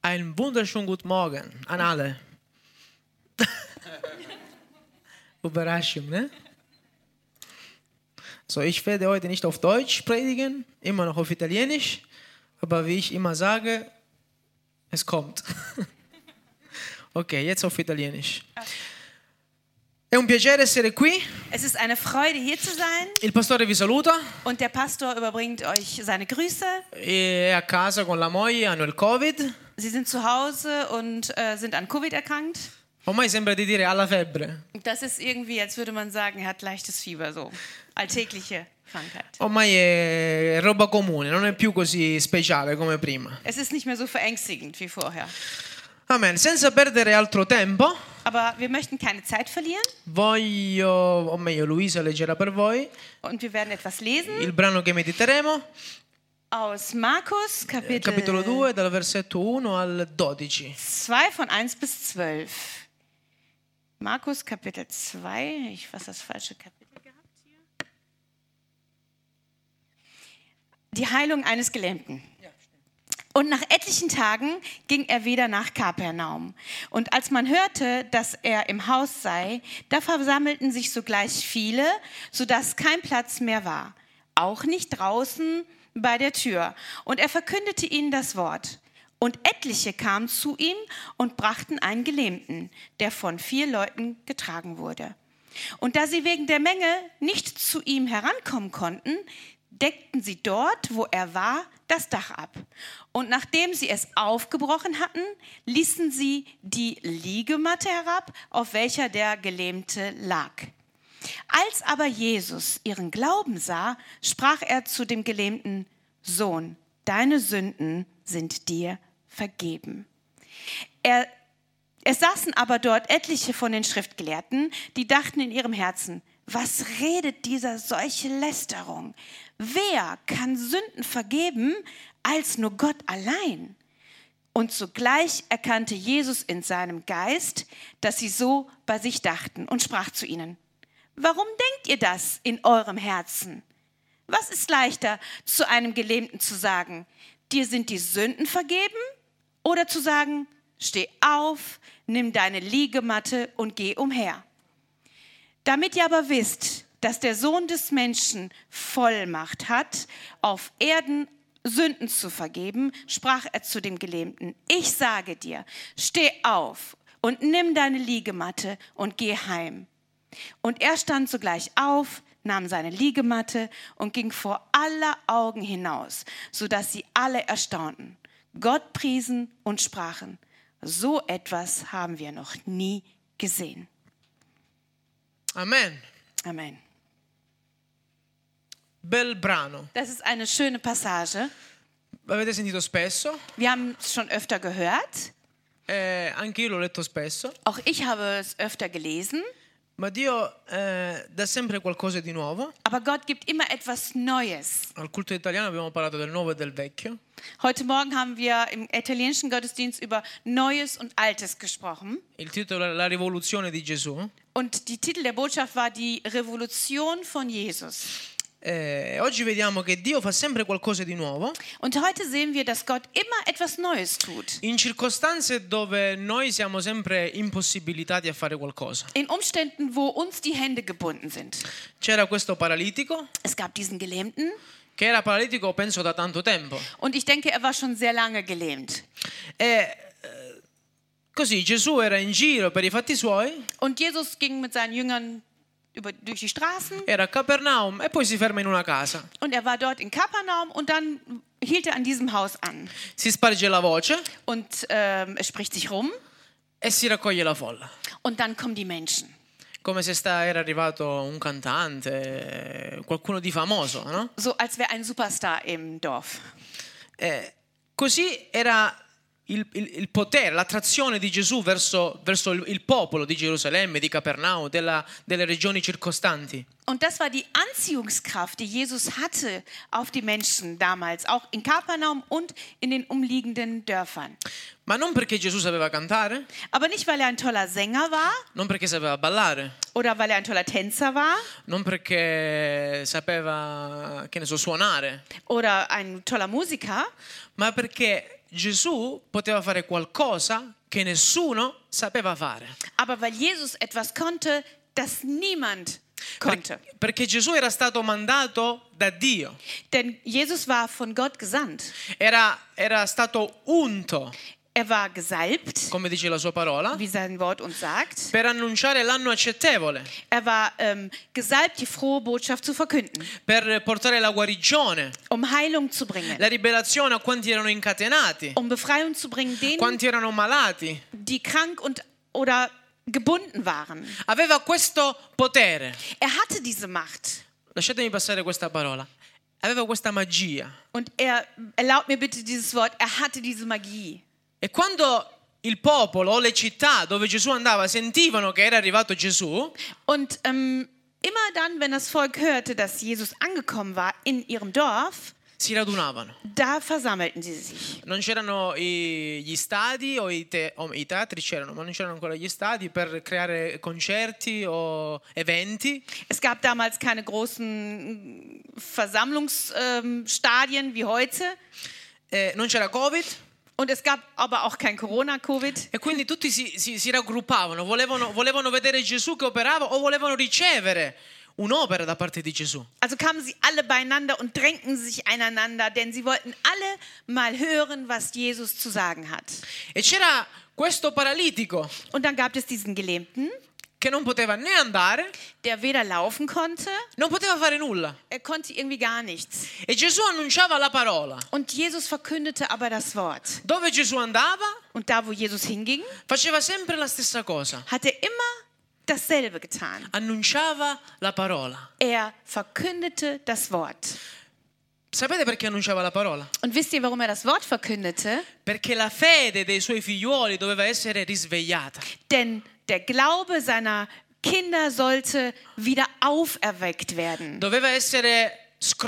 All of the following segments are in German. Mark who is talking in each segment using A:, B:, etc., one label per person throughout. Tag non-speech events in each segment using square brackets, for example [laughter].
A: Einen wunderschönen guten Morgen an alle. Überraschung, ne? So, ich werde heute nicht auf Deutsch predigen, immer noch auf Italienisch, aber wie ich immer sage, es kommt. [laughs] okay, jetzt auf Italienisch. È un piacere essere qui,
B: Es ist eine Freude, hier zu sein.
A: il pastore vi saluta,
B: Und der Pastor überbringt euch seine Grüße.
A: è a casa con la moglie, hanno il Covid,
B: Sie sind zu Hause und äh, sind an Covid erkrankt.
A: ormai sembra di dire alla febbre,
B: Das ist irgendwie, als würde man sagen, er hat leichtes Fieber, so alltägliche Krankheit.
A: ormai è roba comune, non è più così speciale come prima.
B: Es ist nicht mehr so verängstigend wie vorher.
A: Amen, senza perdere altro tempo,
B: Aber wir möchten keine Zeit verlieren
A: voglio, o meglio Luisa leggerà per voi
B: und wir werden etwas lesen
A: il brano che mediteremo,
B: aus Markus
A: eh, capitolo
B: Kapitel
A: 2 dal versetto 1 al 12.
B: 2 von 1 bis 12. Markus Kapitel 2, ich fasse das falsche Kapitel gehabt hier. Die Heilung eines Gelähmten. Und nach etlichen Tagen ging er wieder nach Kapernaum. Und als man hörte, dass er im Haus sei, da versammelten sich sogleich viele, sodass kein Platz mehr war. Auch nicht draußen bei der Tür. Und er verkündete ihnen das Wort. Und etliche kamen zu ihm und brachten einen Gelähmten, der von vier Leuten getragen wurde. Und da sie wegen der Menge nicht zu ihm herankommen konnten, deckten sie dort, wo er war, das Dach ab. Und nachdem sie es aufgebrochen hatten, ließen sie die Liegematte herab, auf welcher der Gelähmte lag. Als aber Jesus ihren Glauben sah, sprach er zu dem Gelähmten, Sohn, deine Sünden sind dir vergeben. Er es saßen aber dort etliche von den Schriftgelehrten, die dachten in ihrem Herzen, was redet dieser solche Lästerung? Wer kann Sünden vergeben als nur Gott allein? Und sogleich erkannte Jesus in seinem Geist, dass sie so bei sich dachten und sprach zu ihnen, Warum denkt ihr das in eurem Herzen? Was ist leichter, zu einem Gelähmten zu sagen, dir sind die Sünden vergeben? Oder zu sagen, steh auf, nimm deine Liegematte und geh umher. Damit ihr aber wisst, dass der Sohn des Menschen Vollmacht hat, auf Erden Sünden zu vergeben, sprach er zu dem Gelähmten, ich sage dir, steh auf und nimm deine Liegematte und geh heim. Und er stand sogleich auf, nahm seine Liegematte und ging vor aller Augen hinaus, sodass sie alle erstaunten, Gott priesen und sprachen, so etwas haben wir noch nie gesehen.
A: Amen.
B: Amen.
A: Bel brano.
B: Das ist eine schöne Passage.
A: L'avete sentito spesso,
B: Wir haben es schon öfter gehört.
A: eh, anche io l'ho letto spesso,
B: Auch ich habe es öfter gelesen.
A: ma Dio eh, dà sempre qualcosa di nuovo.
B: Aber Gott gibt immer etwas Neues.
A: Al culto italiano abbiamo parlato del nuovo e del vecchio.
B: Heute Morgen haben wir im italienischen Gottesdienst über Neues und Altes gesprochen.
A: Il titolo è La rivoluzione di Gesù.
B: Und die Titel der Botschaft war die Revolution von Jesus.
A: Eh, oggi vediamo che Dio fa sempre qualcosa di nuovo
B: Und heute sehen wir, dass Gott immer etwas Neues tut.
A: in circostanze dove noi siamo sempre impossibilitati a fare qualcosa.
B: In Umständen, wo uns die Hände gebunden sind.
A: C'era questo paralitico,
B: Es gab diesen Gelähmten
A: che era paralitico penso da tanto tempo.
B: und ich denke, er war schon sehr lange gelähmt.
A: E eh, così Gesù era in giro per i fatti suoi,
B: Und Jesus ging mit seinen Jüngern über, durch die Straßen
A: era a Capernaum e poi si ferma in una casa.
B: und er war dort in Kapernaum und dann hielt er an diesem Haus an
A: Si sparge la voce
B: und ähm, es spricht sich rum
A: e si raccoglie la folla.
B: und dann kommen die Menschen.
A: Come se sta- era arrivato un cantante, eh, qualcuno di famoso, no?
B: So als wäre ein Superstar im Dorf.
A: Eh, così era il, il- il potere, l'attrazione di Gesù verso, verso il, il popolo di Gerusalemme, di Capernaum, della- delle regioni circostanti.
B: Und das war die Anziehungskraft, die Jesus hatte auf die Menschen damals, auch in Kapernaum und in den umliegenden Dörfern.
A: Ma non perché Gesù sapeva cantare,
B: Aber nicht, weil er ein toller Sänger war
A: non perché sapeva ballare,
B: oder weil er ein toller Tänzer war
A: non perché sapeva, che ne so, suonare,
B: oder ein toller Musiker,
A: ma perché Gesù poteva fare qualcosa che nessuno sapeva fare.
B: Aber weil Jesus etwas konnte, das niemand konnte.
A: Per- Perché Gesù era stato mandato da Dio,
B: Denn Jesus war von Gott gesandt.
A: era, era stato unto,
B: Er war gesalbt,
A: come dice la sua parola,
B: wie sein Wort uns sagt.
A: per annunciare l'anno accettevole,
B: Er war ähm, gesalbt, die frohe Botschaft zu verkünden,
A: per portare la guarigione,
B: um Heilung zu bringen,
A: la ribelazione a quanti erano incatenati,
B: um Befreiung zu bringen denen,
A: quanti erano malati.
B: die krank und oder gebunden waren.
A: Aveva questo potere.
B: Er hatte diese Macht.
A: Lasciatemi passare questa parola. Aveva questa magia.
B: Und er erlaubt mir bitte dieses Wort, er hatte diese Magie.
A: E quando il popolo o le città dove Gesù andava sentivano che era arrivato Gesù,
B: Und ähm, immer dann, wenn das Volk hörte, dass Jesus angekommen war in ihrem Dorf,
A: si radunavano.
B: da versammelten sie sich.
A: Non c'erano i- gli stadi o i, te- o i teatri c'erano, ma non c'erano ancora gli stadi per creare concerti o eventi.
B: Es gab damals keine großen äh, Versammlungsstadien ähm, Stadien wie heute.
A: Eh, non c'era Covid
B: Und es gab aber auch kein Corona-Covid.
A: e quindi tutti si, si- si raggruppavano, volevano, volevano vedere Gesù che operava o volevano ricevere un'opera da parte di Gesù.
B: Also kamen sie alle beieinander und drängten sich einander, denn sie wollten alle mal hören, was Jesus zu sagen hat.
A: E c'era questo paralitico
B: Und dann gab es diesen Gelähmten,
A: che non poteva né andare,
B: der weder laufen konnte,
A: non poteva fare nulla.
B: er konnte irgendwie gar nichts.
A: E Gesù annunciava la parola.
B: Und Jesus verkündete aber das Wort.
A: Dove Gesù andava,
B: Und da, wo Jesus hinging,
A: faceva sempre la stessa cosa.
B: hat er immer dasselbe getan.
A: Annunciava la parola.
B: Er verkündete das Wort.
A: Sapete perché annunciava la parola?
B: Und wisst ihr, warum er das Wort verkündete?
A: Perché la fede dei suoi figliuoli doveva essere risvegliata.
B: Denn der Glaube seiner Kinder sollte wieder auferweckt werden.
A: Doveva essere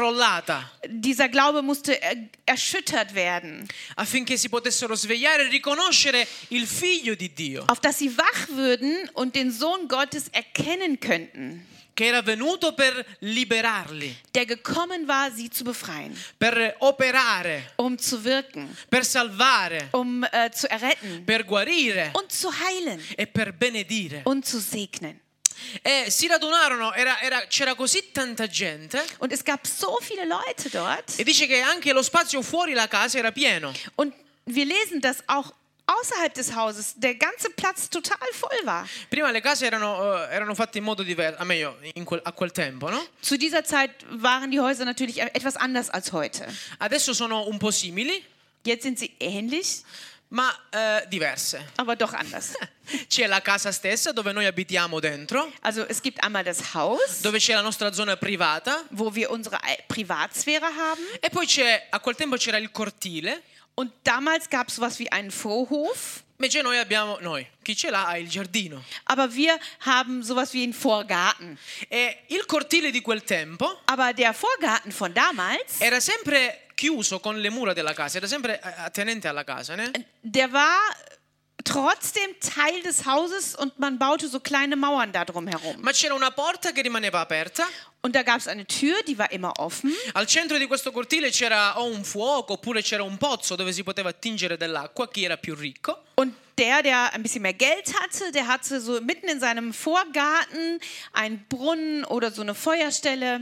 A: scrollata
B: Dieser Glaube musste er erschüttert werden,
A: affinché si potessero svegliare e riconoscere il figlio di Dio
B: auf dass sie wach würden und den Sohn Gottes erkennen könnten,
A: che era venuto per liberarli,
B: der gekommen war, sie zu befreien,
A: per operare,
B: um zu wirken,
A: per salvare,
B: um äh, zu erretten
A: per guarire
B: und zu heilen
A: e per benedire.
B: und zu segnen.
A: E si radunarono, era- era- c'era così tanta gente
B: Und es gab so viele Leute dort.
A: E dice che anche lo spazio fuori la casa era pieno.
B: Und wir lesen, dass auch außerhalb des Hauses der ganze Platz total voll war.
A: Prima le case erano, eh, erano fatte in modo diverso, a meglio, in quel- a quel tempo, no?
B: Zu dieser Zeit waren die Häuser natürlich etwas anders als heute.
A: Adesso sono un po' simili,
B: Jetzt sind sie ähnlich,
A: ma eh, diverse.
B: aber doch anders.
A: C'è la casa stessa dove noi abitiamo dentro,
B: Also es gibt einmal das Haus,
A: dove c'è la nostra zona privata
B: wo wir unsere Ei- Privatsphäre haben.
A: e poi c'è, a quel tempo c'era il cortile,
B: Und damals gab es sowas wie einen Vorhof,
A: invece noi abbiamo, noi, chi ce l'ha ha il giardino.
B: aber wir haben sowas wie einen Vorgarten.
A: E il cortile di quel tempo
B: Aber der Vorgarten von damals,
A: era sempre chiuso con le mura della casa, era sempre eh, attenente alla casa, né?
B: der war trotzdem Teil des Hauses und man baute so kleine Mauern da drum herum.
A: Ma c'era una porta che rimaneva aperta
B: Und da gab es eine Tür, die war immer offen.
A: Al centro di questo cortile c'era o un fuoco oppure c'era un pozzo dove si poteva attingere dell'acqua chi era più ricco.
B: Und der, der ein bisschen mehr Geld hatte, der hatte so mitten in seinem Vorgarten einen Brunnen oder so eine Feuerstelle.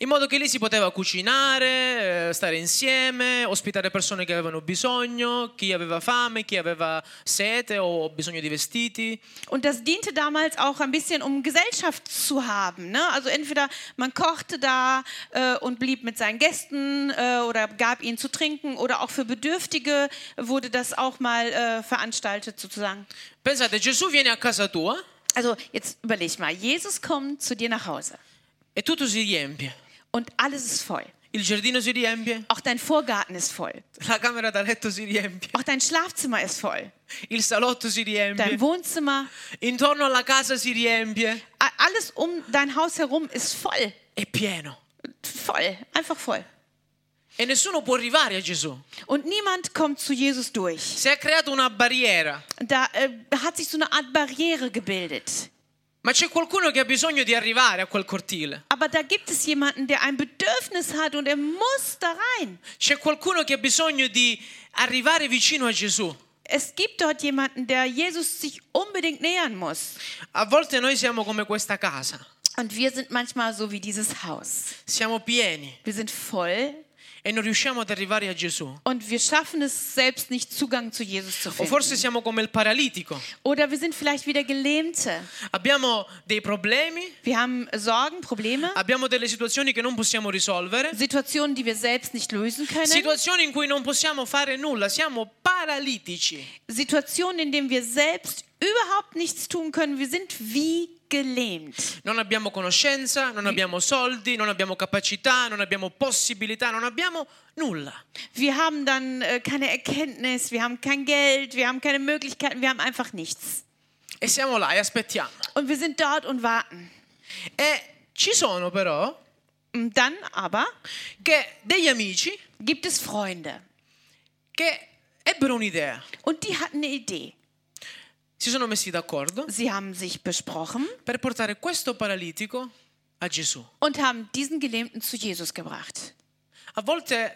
A: In modo che lì si poteva cucinare, eh, stare insieme, ospitare persone che avevano bisogno, chi aveva fame, chi aveva sete o bisogno di vestiti.
B: Und das diente damals auch ein bisschen, um Gesellschaft zu haben. Ne? Also entweder man kochte da äh, und blieb mit seinen Gästen äh, oder gab ihnen zu trinken oder auch für Bedürftige wurde das auch mal äh, veranstaltet sozusagen.
A: Pensate, Gesù viene a casa tua
B: Also jetzt überleg mal, Jesus kommt zu dir nach Hause
A: e tutto si riempie.
B: und alles ist voll.
A: Il giardino si riempie,
B: Auch dein Vorgarten ist voll.
A: la camera da letto si riempie,
B: Auch dein Schlafzimmer ist voll.
A: il salotto si riempie,
B: Dein Wohnzimmer,
A: intorno alla casa si riempie.
B: a- alles um dein Haus herum ist voll.
A: È pieno.
B: Voll, einfach voll.
A: E nessuno può arrivare a Gesù.
B: Und niemand kommt zu Jesus durch.
A: Si è creata una barriera
B: Da äh, hat sich so eine Art Barriere gebildet.
A: Ma c'è qualcuno che ha bisogno di arrivare a quel cortile.
B: Aber da gibt es jemanden, der ein Bedürfnis hat und er muss da rein.
A: C'è qualcuno che ha bisogno di arrivare vicino a Gesù.
B: Es gibt dort jemanden, der Jesus sich unbedingt nähern muss.
A: A volte noi siamo come questa casa,
B: Und wir sind manchmal so wie dieses Haus.
A: siamo pieni
B: Wir sind voll
A: e non riusciamo ad arrivare a Gesù.
B: und wir schaffen es selbst nicht, Zugang zu Jesus zu
A: O
B: finden.
A: forse siamo come il paralitico,
B: Oder wir sind vielleicht wieder Gelähmte.
A: abbiamo dei problemi,
B: Wir haben Sorgen, Probleme,
A: abbiamo delle situazioni che non possiamo risolvere,
B: Situationen, die wir selbst nicht lösen können,
A: situazioni in cui non possiamo fare nulla, siamo paralitici.
B: Situationen, in denen wir selbst überhaupt nichts tun können. Wir sind wie gelähmt.
A: Non abbiamo conoscenza, non abbiamo soldi, non abbiamo capacità, non abbiamo possibilità, non abbiamo nulla.
B: Wir haben dann äh, keine Erkenntnis, wir haben kein Geld, wir haben keine Möglichkeiten, wir haben einfach nichts.
A: E siamo là e aspettiamo.
B: Und wir sind dort und warten.
A: E ci sono però
B: Und dann aber
A: che degli amici
B: gibt es Freunde
A: che ebbero un'idea,
B: und die hatten eine Idee.
A: si sono messi d'accordo
B: Sie haben sich besprochen
A: per portare questo paralitico a Gesù.
B: und haben diesen Gelähmten zu Jesus gebracht.
A: A volte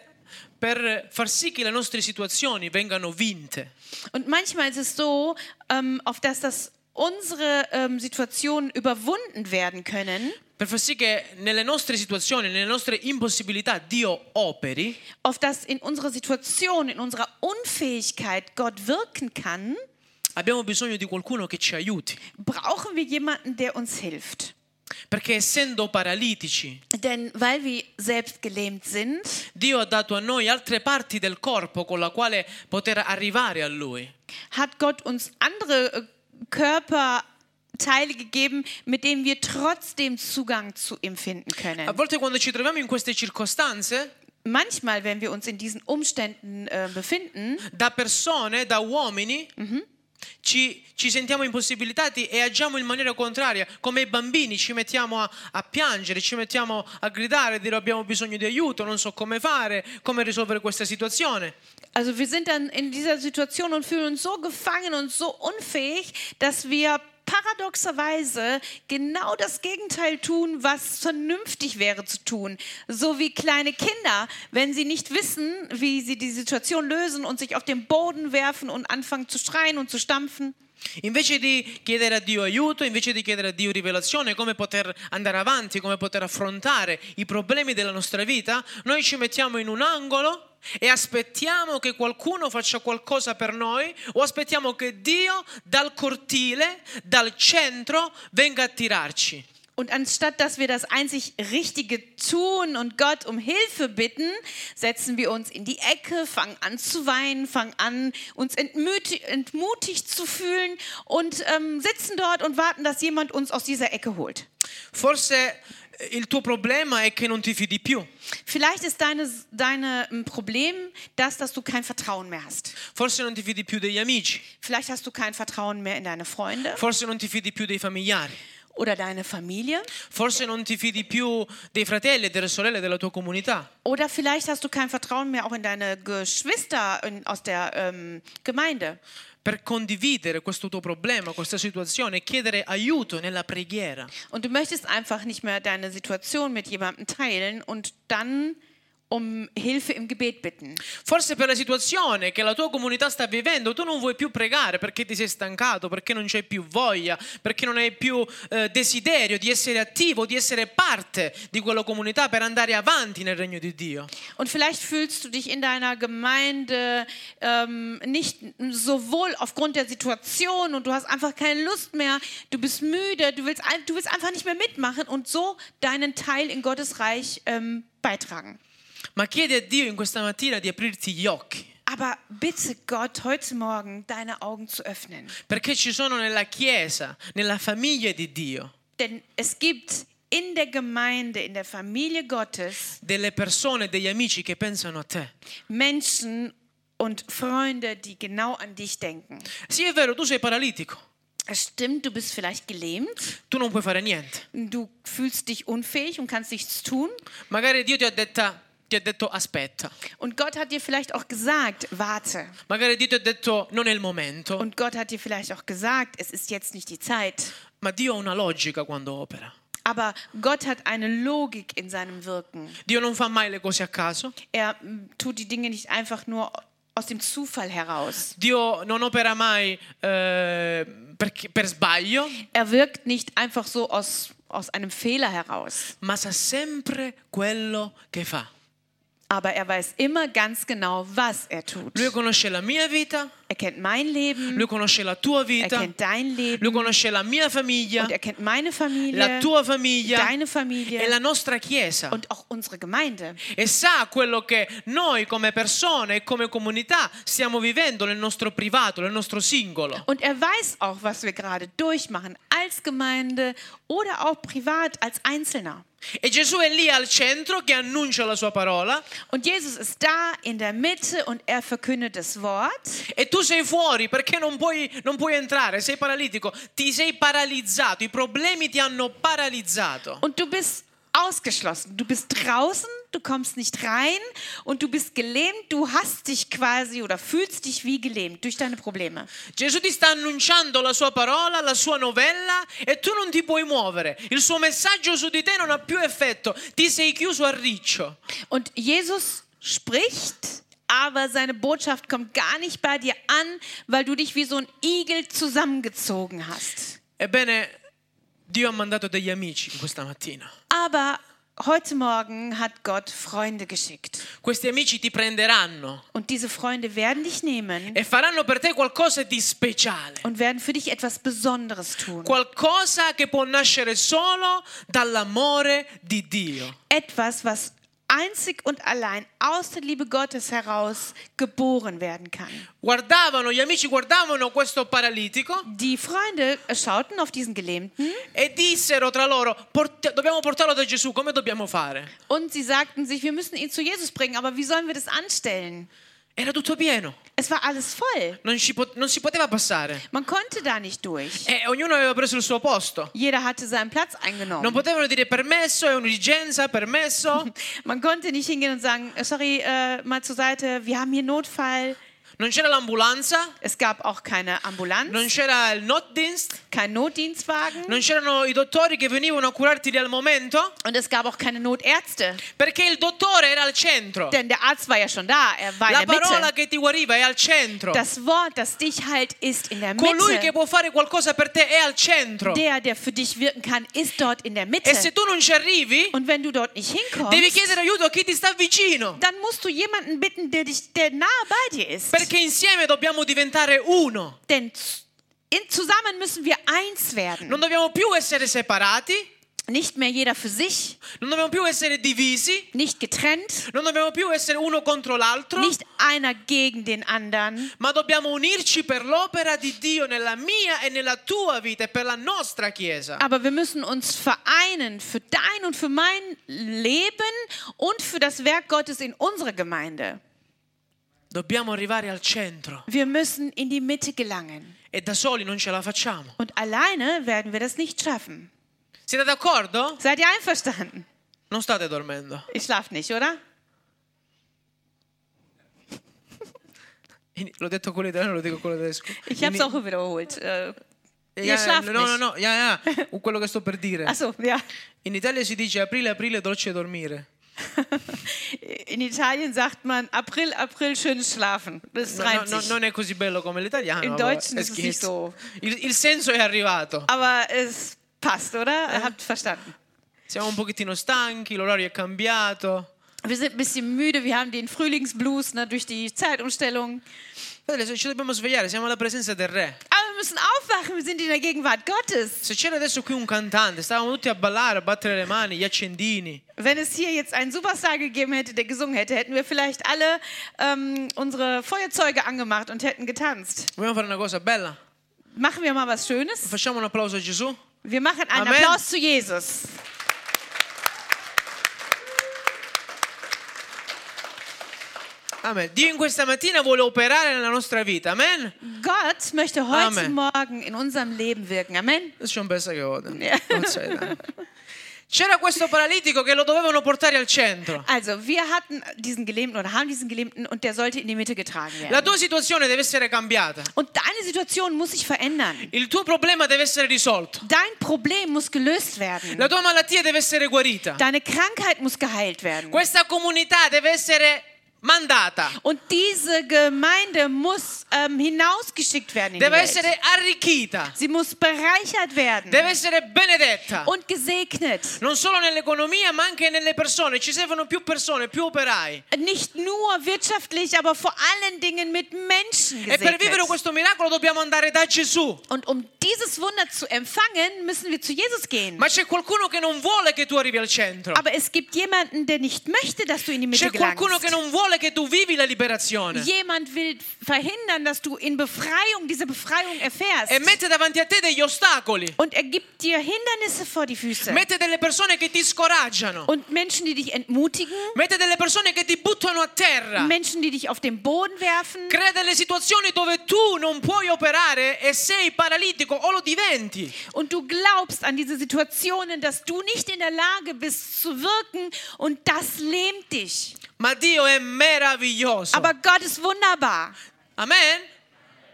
A: per far sì che le nostre situazioni vengano vinte,
B: Und manchmal ist es so, ähm, auf dass das unsere ähm, Situationen überwunden werden können,
A: per far sì che nelle nostre situazioni, nelle nostre impossibilità Dio operi,
B: auf dass in unserer Situation, in unserer Unfähigkeit Gott wirken kann,
A: abbiamo bisogno di qualcuno che ci aiuti,
B: brauchen wir jemanden, der uns hilft.
A: perché essendo paralitici,
B: Denn weil wir selbst gelähmt sind,
A: Dio ha dato a noi altre parti del corpo con la quale poter arrivare a lui.
B: hat Gott uns andere äh, Körperteile gegeben, mit denen wir trotzdem Zugang zu ihm finden
A: A
B: können.
A: volte quando ci troviamo in queste circostanze,
B: Manchmal, wenn wir uns in diesen Umständen äh, befinden,
A: da persone, da uomini, ci, ci sentiamo impossibilitati e agiamo in maniera contraria. Come i bambini ci mettiamo a, a piangere, ci mettiamo a gridare, a dire abbiamo bisogno di aiuto, non so come fare, come risolvere questa situazione.
B: Also wir sind dann in dieser Situation und fühlen uns so gefangen und so unfähig, dass wir paradoxerweise genau das Gegenteil tun, was vernünftig wäre zu tun. So wie kleine Kinder, wenn sie nicht wissen, wie sie die Situation lösen und sich auf den Boden werfen und anfangen zu schreien und zu stampfen.
A: Invece di chiedere a Dio aiuto, invece di chiedere a Dio rivelazione, come poter andare avanti, come poter affrontare i problemi della nostra vita, noi ci mettiamo in un angolo e aspettiamo che qualcuno faccia qualcosa per noi o aspettiamo che Dio dal cortile, dal centro, venga a tirarci.
B: Und anstatt dass wir das einzig Richtige tun und Gott um Hilfe bitten, setzen wir uns in die Ecke, fangen an zu weinen, fangen an, uns entmüti- entmutigt zu fühlen und ähm, sitzen dort und warten, dass jemand uns aus dieser Ecke holt.
A: Forse eh, il tuo problema è che non ti fidi più,
B: Vielleicht ist deine, deine ähm, Problem das, dass du kein Vertrauen mehr hast.
A: forse non ti fidi più degli amici,
B: Vielleicht hast du kein Vertrauen mehr in deine Freunde
A: forse non ti fidi più dei familiari.
B: oder deine Familie
A: Forse non ti fidi più dei fratelli e delle sorelle della tua comunità.
B: oder vielleicht hast du kein Vertrauen mehr auch in deine Geschwister in, aus der ähm, Gemeinde.
A: per condividere questo tuo problema, questa situazione e chiedere aiuto nella preghiera.
B: Und du möchtest einfach nicht mehr deine Situation mit jemandem teilen und dann um Hilfe im Gebet bitten.
A: Forse per la situazione che la tua comunità sta vivendo, tu non vuoi più pregare perché ti sei stancato, perché non c'è più voglia, perché non hai più eh, desiderio di essere attivo, di essere parte di quella comunità per andare avanti nel regno di Dio.
B: Und vielleicht fühlst du dich in deiner Gemeinde ähm, nicht so wohl aufgrund der Situation und du hast einfach keine Lust mehr, du bist müde, du willst, ein- du willst einfach nicht mehr mitmachen und so deinen Teil in Gottes Reich ähm, beitragen.
A: Ma chiedi a Dio in questa mattina di aprirti gli occhi,
B: Aber bitte Gott, heute Morgen deine Augen zu öffnen.
A: perché ci sono nella Chiesa, nella famiglia di Dio,
B: Denn es gibt in der Gemeinde, in der Familie Gottes
A: delle persone, degli amici che pensano a te.
B: Menschen und Freunde, die genau an dich denken.
A: Sì, è vero, tu sei paralitico.
B: Es stimmt, du bist vielleicht gelähmt,
A: tu non puoi fare niente.
B: du fühlst dich unfähig und kannst nichts tun.
A: Magari Dio ti ha, detta- ti ha detto aspetta,
B: Und Gott hat dir vielleicht auch gesagt, warte.
A: magari Dio ti ha detto non è il momento,
B: Und Gott hat dir vielleicht auch gesagt, es ist jetzt nicht die Zeit.
A: Ma Dio ha una logica quando opera.
B: Aber Gott hat eine Logik in seinem Wirken.
A: Dio non fa mai le cose a caso.
B: Er mm, tut die Dinge nicht einfach nur aus dem Zufall heraus.
A: Dio non opera mai eh, perché- per sbaglio,
B: Er wirkt nicht einfach so aus, aus einem Fehler heraus.
A: ma sa sempre quello che fa.
B: Aber er weiß immer ganz genau, was er tut.
A: Lui conosce la mia vita,
B: Er kennt mein Leben,
A: lui conosce la tua
B: er
A: vita,
B: kennt dein Leben
A: lui conosce la mia famiglia,
B: und er kennt meine
A: la
B: Familie,
A: tua famiglia
B: deine
A: e la
B: Familie
A: nostra chiesa.
B: und auch unsere Gemeinde.
A: e sa quello che noi come persone e come comunità stiamo vivendo nel nostro privato, nel nostro singolo.
B: Und er weiß auch, was wir gerade durchmachen, als Gemeinde oder auch privat, als Einzelner.
A: E Gesù è lì al centro che annuncia la sua parola
B: Und Jesus ist da in der Mitte und er verkündet das Wort.
A: e tu sei fuori perché non puoi, non puoi entrare, sei paralitico, ti sei paralizzato, i problemi ti hanno paralizzato.
B: Und du bist ausgeschlossen. Du bist draußen, du kommst nicht rein und du bist gelähmt. Du hast dich quasi oder fühlst dich wie gelähmt durch deine Probleme.
A: Gesù ti sta annunciando la sua parola, la sua novella e tu non ti puoi muovere, il suo messaggio su di te non ha più effetto, ti sei chiuso a riccio.
B: Und Jesus spricht, aber seine Botschaft kommt gar nicht bei dir an, weil du dich wie so ein Igel zusammengezogen hast.
A: Ebbene, Dio ha mandato degli amici in questa mattina.
B: Aber heute Morgen hat Gott Freunde geschickt.
A: Questi amici ti prenderanno
B: Und diese Freunde werden dich nehmen
A: e faranno per te qualcosa di speciale.
B: und werden für dich etwas Besonderes tun.
A: Qualcosa che può nascere solo dall'amore di Dio.
B: Etwas, was einzig und allein aus der Liebe Gottes heraus geboren werden kann.
A: Guardavano, gli amici guardavano questo paralitico
B: Die Freunde schauten auf diesen Gelähmten
A: e dissero tra loro: "Port- Dobbiamo portarlo da Gesù, come dobbiamo fare?
B: und sie sagten sich, wir müssen ihn zu Jesus bringen, aber wie sollen wir das anstellen?
A: Era tutto pieno,
B: Es war alles voll.
A: non, ci pot- non si poteva passare.
B: Man konnte da nicht durch.
A: E ognuno aveva preso il suo posto.
B: Jeder hatte seinen Platz
A: Non
B: eingenommen.
A: potevano dire permesso, è un'urgenza, permesso.
B: Man konnte nicht hingehen und sagen, äh, sorry, äh, mal zur Seite, wir haben hier Notfall.
A: Non c'era l'ambulanza,
B: Es gab auch keine Ambulanz,
A: non c'era il notdienst,
B: kein Notdienstwagen
A: non c'erano i dottori che venivano a curarti lì al momento,
B: und es gab auch keine Notärzte.
A: perché il dottore era al centro.
B: Denn der Arzt war ja schon da, er war
A: La
B: in der
A: parola
B: Mitte.
A: che ti guariva è al centro.
B: Das Wort, das dich halt, ist in der
A: Colui che
B: Mitte.
A: può fare qualcosa per te è al centro.
B: Der, der für dich wirken kann, ist dort in der
A: E se
B: Mitte.
A: tu non ci arrivi,
B: Und wenn du dort nicht
A: devi
B: hinkommst,
A: chiedere aiuto a chi ti sta vicino.
B: dann musst du jemanden bitten, der dich, der nahe bei dir ist.
A: Perché insieme dobbiamo diventare uno.
B: Denn z- in, zusammen müssen wir eins werden.
A: Non dobbiamo più essere separati,
B: Nicht mehr jeder für sich,
A: non dobbiamo più essere divisi,
B: nicht getrennt,
A: non dobbiamo più essere uno contro l'altro.
B: nicht einer gegen den anderen,
A: Ma dobbiamo unirci per l'opera di Dio nella mia e nella tua vita e per la nostra Chiesa.
B: aber wir müssen uns vereinen für dein und für mein Leben und für das Werk Gottes in unserer Gemeinde.
A: Dobbiamo arrivare al centro
B: Wir müssen in die Mitte gelangen.
A: e da soli non ce la facciamo.
B: Und alleine werden wir das nicht schaffen.
A: Siete d'accordo?
B: Seid ihr einverstanden?
A: Non state dormendo.
B: Ich schlaf nicht, oder?
A: In- L'ho detto quello italiano, lo dico quello tedesco.
B: Ich habe
A: In-
B: es auch wiederholt. Äh,
A: Ja,
B: ihr schlaft
A: no, no,
B: nicht.
A: no, ja, ja, quello che sto per dire.
B: Achso,
A: [laughs]
B: ja.
A: In Italia si dice aprile, aprile, dolce dormire.
B: In Italien sagt man April, April, schönes Schlafen. Bis
A: No, no, no,
B: 30.
A: non è così bello come l'italiano.
B: In
A: vabbè,
B: Deutschen
A: è
B: ist es nicht
A: scherzo.
B: so.
A: Il, il senso è arrivato.
B: Aber es passt, oder? Habt verstanden.
A: Siamo un pochettino stanchi, l'orario è cambiato.
B: Wir sind ein bisschen müde, wir haben den Frühlingsblues ne, durch die Zeitumstellung.
A: Fratelli, se ci dobbiamo svegliare, siamo alla presenza del Re.
B: Aber wir müssen aufwachen, wir sind in der Gegenwart Gottes.
A: Se c'era adesso qui un cantante, stavamo tutti a ballare, a battere le mani, gli accendini.
B: Wenn es hier jetzt einen Superstar gegeben hätte, der gesungen hätte, hätten wir vielleicht alle ähm, unsere Feuerzeuge angemacht und hätten getanzt.
A: Vogliamo fare una cosa bella?
B: Machen wir mal was Schönes.
A: Facciamo un applauso a Gesù.
B: Wir machen einen
A: Amen.
B: Applaus zu Jesus.
A: Amen. Dio in questa mattina vuole operare nella nostra vita. Amen.
B: Gott möchte heute
A: Amen.
B: Morgen in unserem Leben wirken. Amen.
A: Das ist schon besser geworden.
B: Ja.
A: Gott sei Dank. C'era questo paralitico che lo dovevano portare al centro.
B: Also, wir hatten diesen Gelähmten oder haben diesen Gelähmten und der sollte in die Mitte getragen
A: La
B: werden.
A: tua situazione deve essere cambiata.
B: Und deine Situation muss sich verändern.
A: Il tuo problema deve essere risolto.
B: Dein Problem muss gelöst werden.
A: La tua malattia deve essere guarita.
B: Deine Krankheit muss geheilt werden.
A: Questa comunità deve essere mandata.
B: Und diese Gemeinde muss ähm, hinausgeschickt werden in die
A: Deve
B: Welt.
A: essere arricchita.
B: Sie muss bereichert werden
A: Deve essere benedetta.
B: und gesegnet.
A: Non solo nell'economia, ma anche nelle persone. Ci servono più persone, più operai.
B: Nicht nur wirtschaftlich, aber vor allen Dingen mit Menschen
A: E per vivere
B: gesegnet.
A: questo miracolo dobbiamo andare da Gesù.
B: Und um dieses Wunder zu empfangen, müssen wir zu Jesus gehen.
A: Ma c'è qualcuno che non vuole che tu arrivi al centro.
B: Aber es gibt jemanden, der nicht möchte, dass du in die Mitte
A: C'è qualcuno che
B: gelangst.
A: non vuole che tu vivi la liberazione.
B: Jemand will verhindern, dass du in Befreiung, diese Befreiung
A: E
B: erfährst.
A: mette davanti a te degli ostacoli.
B: Und er gibt dir Hindernisse vor die Füße.
A: Mette delle persone che ti scoraggiano.
B: Und Menschen, die dich entmutigen.
A: Mette delle persone che ti buttano a terra.
B: Menschen, die dich auf den Boden werfen.
A: Crea delle situazioni dove tu non puoi operare e sei paralitico o lo diventi.
B: Und du glaubst an diese Situationen, dass du nicht in der Lage bist zu wirken. Und das lähmt dich.
A: Ma Dio è meraviglioso.
B: Aber Gott ist wunderbar.
A: Amen?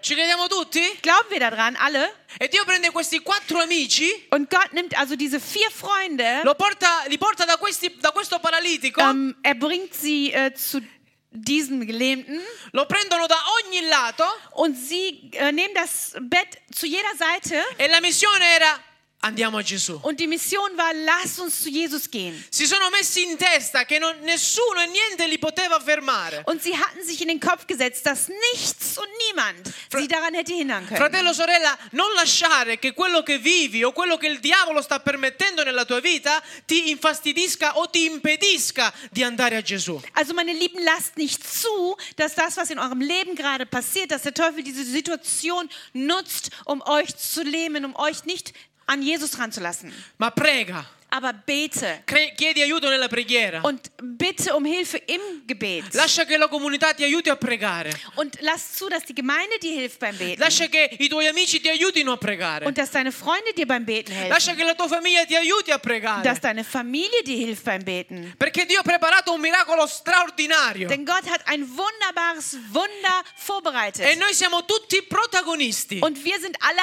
A: Ci crediamo tutti?
B: Glauben wir daran, alle?
A: E Dio prende questi quattro amici,
B: Und Gott nimmt also diese vier Freunde.
A: lo porta- li porta da, questi- da questo paralitico,
B: Ähm, er bringt sie äh, zu diesem Gelähmten.
A: lo prendono da ogni lato
B: Und sie äh, nehmen das Bett zu jeder Seite.
A: e la missione era andiamo a Gesù.
B: Und die Mission war, lass uns zu Jesus gehen.
A: Si sono messi in testa che non- nessuno e niente li poteva fermare.
B: Und sie hatten sich in den Kopf gesetzt, dass nichts und niemand sie daran hätte hindern können.
A: Fratello, sorella, non lasciare che quello che vivi o quello che il diavolo sta permettendo nella tua vita ti infastidisca o ti impedisca di andare a Gesù.
B: Also meine Lieben, lasst nicht zu, dass das, was in eurem Leben gerade passiert, dass der Teufel diese Situation nutzt, um euch zu lähmen, um euch nicht an Jesus ranzulassen.
A: Ma prega,
B: Aber bete
A: cre- chiedi aiuto nella preghiera.
B: und bitte um Hilfe im Gebet.
A: Lascia che la comunità ti aiuti a pregare.
B: Und lasst zu, dass die Gemeinde dir hilft beim Beten.
A: Lascia che i tuoi amici ti aiutino a pregare.
B: Und dass deine Freunde dir beim Beten helfen.
A: Lascia che la tua famiglia ti aiuti a pregare.
B: Dass deine Familie dir hilft beim Beten.
A: Perché Dio ha preparato un miracolo straordinario.
B: Denn Gott hat ein wunderbares Wunder
A: E
B: vorbereitet.
A: noi siamo tutti protagonisti.
B: Und wir sind alle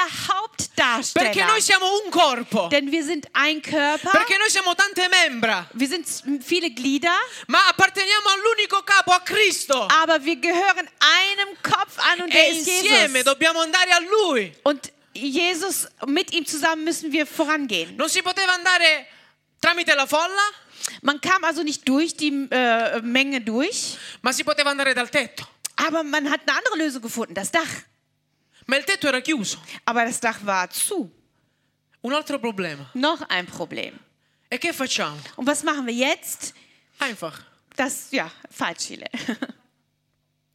A: Perché
B: Hauptdarsteller.
A: noi siamo un corpo.
B: Denn wir sind ein Körper.
A: Perché noi siamo tante membra.
B: Wir sind viele Glieder,
A: Ma apparteniamo all'unico capo, a Cristo.
B: aber wir gehören einem Kopf an und
A: E
B: der ist
A: insieme
B: Ah, Jesus.
A: dobbiamo andare a Lui.
B: Und Jesus, mit ihm zusammen müssen wir vorangehen.
A: Non si poteva andare tramite la folla,
B: Man kam also nicht durch die äh, Menge durch,
A: ma si poteva andare dal tetto.
B: aber man hat eine andere Lösung gefunden, das Dach.
A: Ma il tetto era chiuso.
B: Aber das Dach war zu.
A: Un altro problema.
B: Noch ein Problem.
A: E che facciamo? Ah,
B: Und was machen wir jetzt?
A: Einfach.
B: Das, ja, Fahrtschile.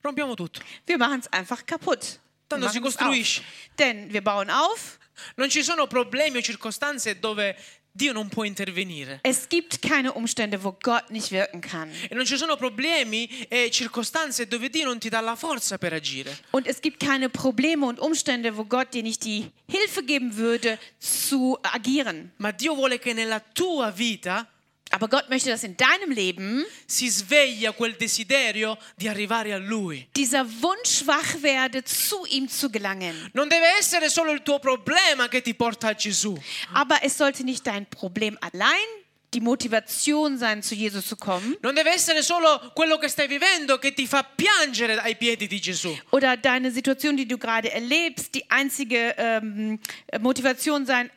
A: Rompiamo tutto.
B: [laughs] Wir machen es einfach kaputt. Wir
A: Tanto si
B: machen's
A: costruisce.
B: auf. Denn wir bauen auf.
A: Non ci sono problemi o circostanze dove Dio non può intervenire.
B: Es gibt keine Umstände, wo Gott nicht wirken kann.
A: E non ci sono problemi e circostanze dove Dio non ti dà la forza per agire.
B: Und es gibt keine Probleme und Umstände, wo Gott dir nicht die Hilfe geben würde, zu agieren.
A: Ma Dio vuole che nella tua vita
B: Aber Gott möchte, dass in deinem Leben
A: si sveglia quel desiderio di arrivare a Lui.
B: dieser Wunsch wach werde, zu ihm zu gelangen.
A: Non deve essere solo il tuo problema che ti porta a Gesù,
B: Aber es sollte nicht dein Problem allein die Motivation sein, zu Jesus zu kommen.
A: non deve essere solo quello che stai vivendo che ti fa piangere ai piedi di Gesù,
B: Oder deine Situation, die du gerade erlebst, die einzige ähm, Motivation sein,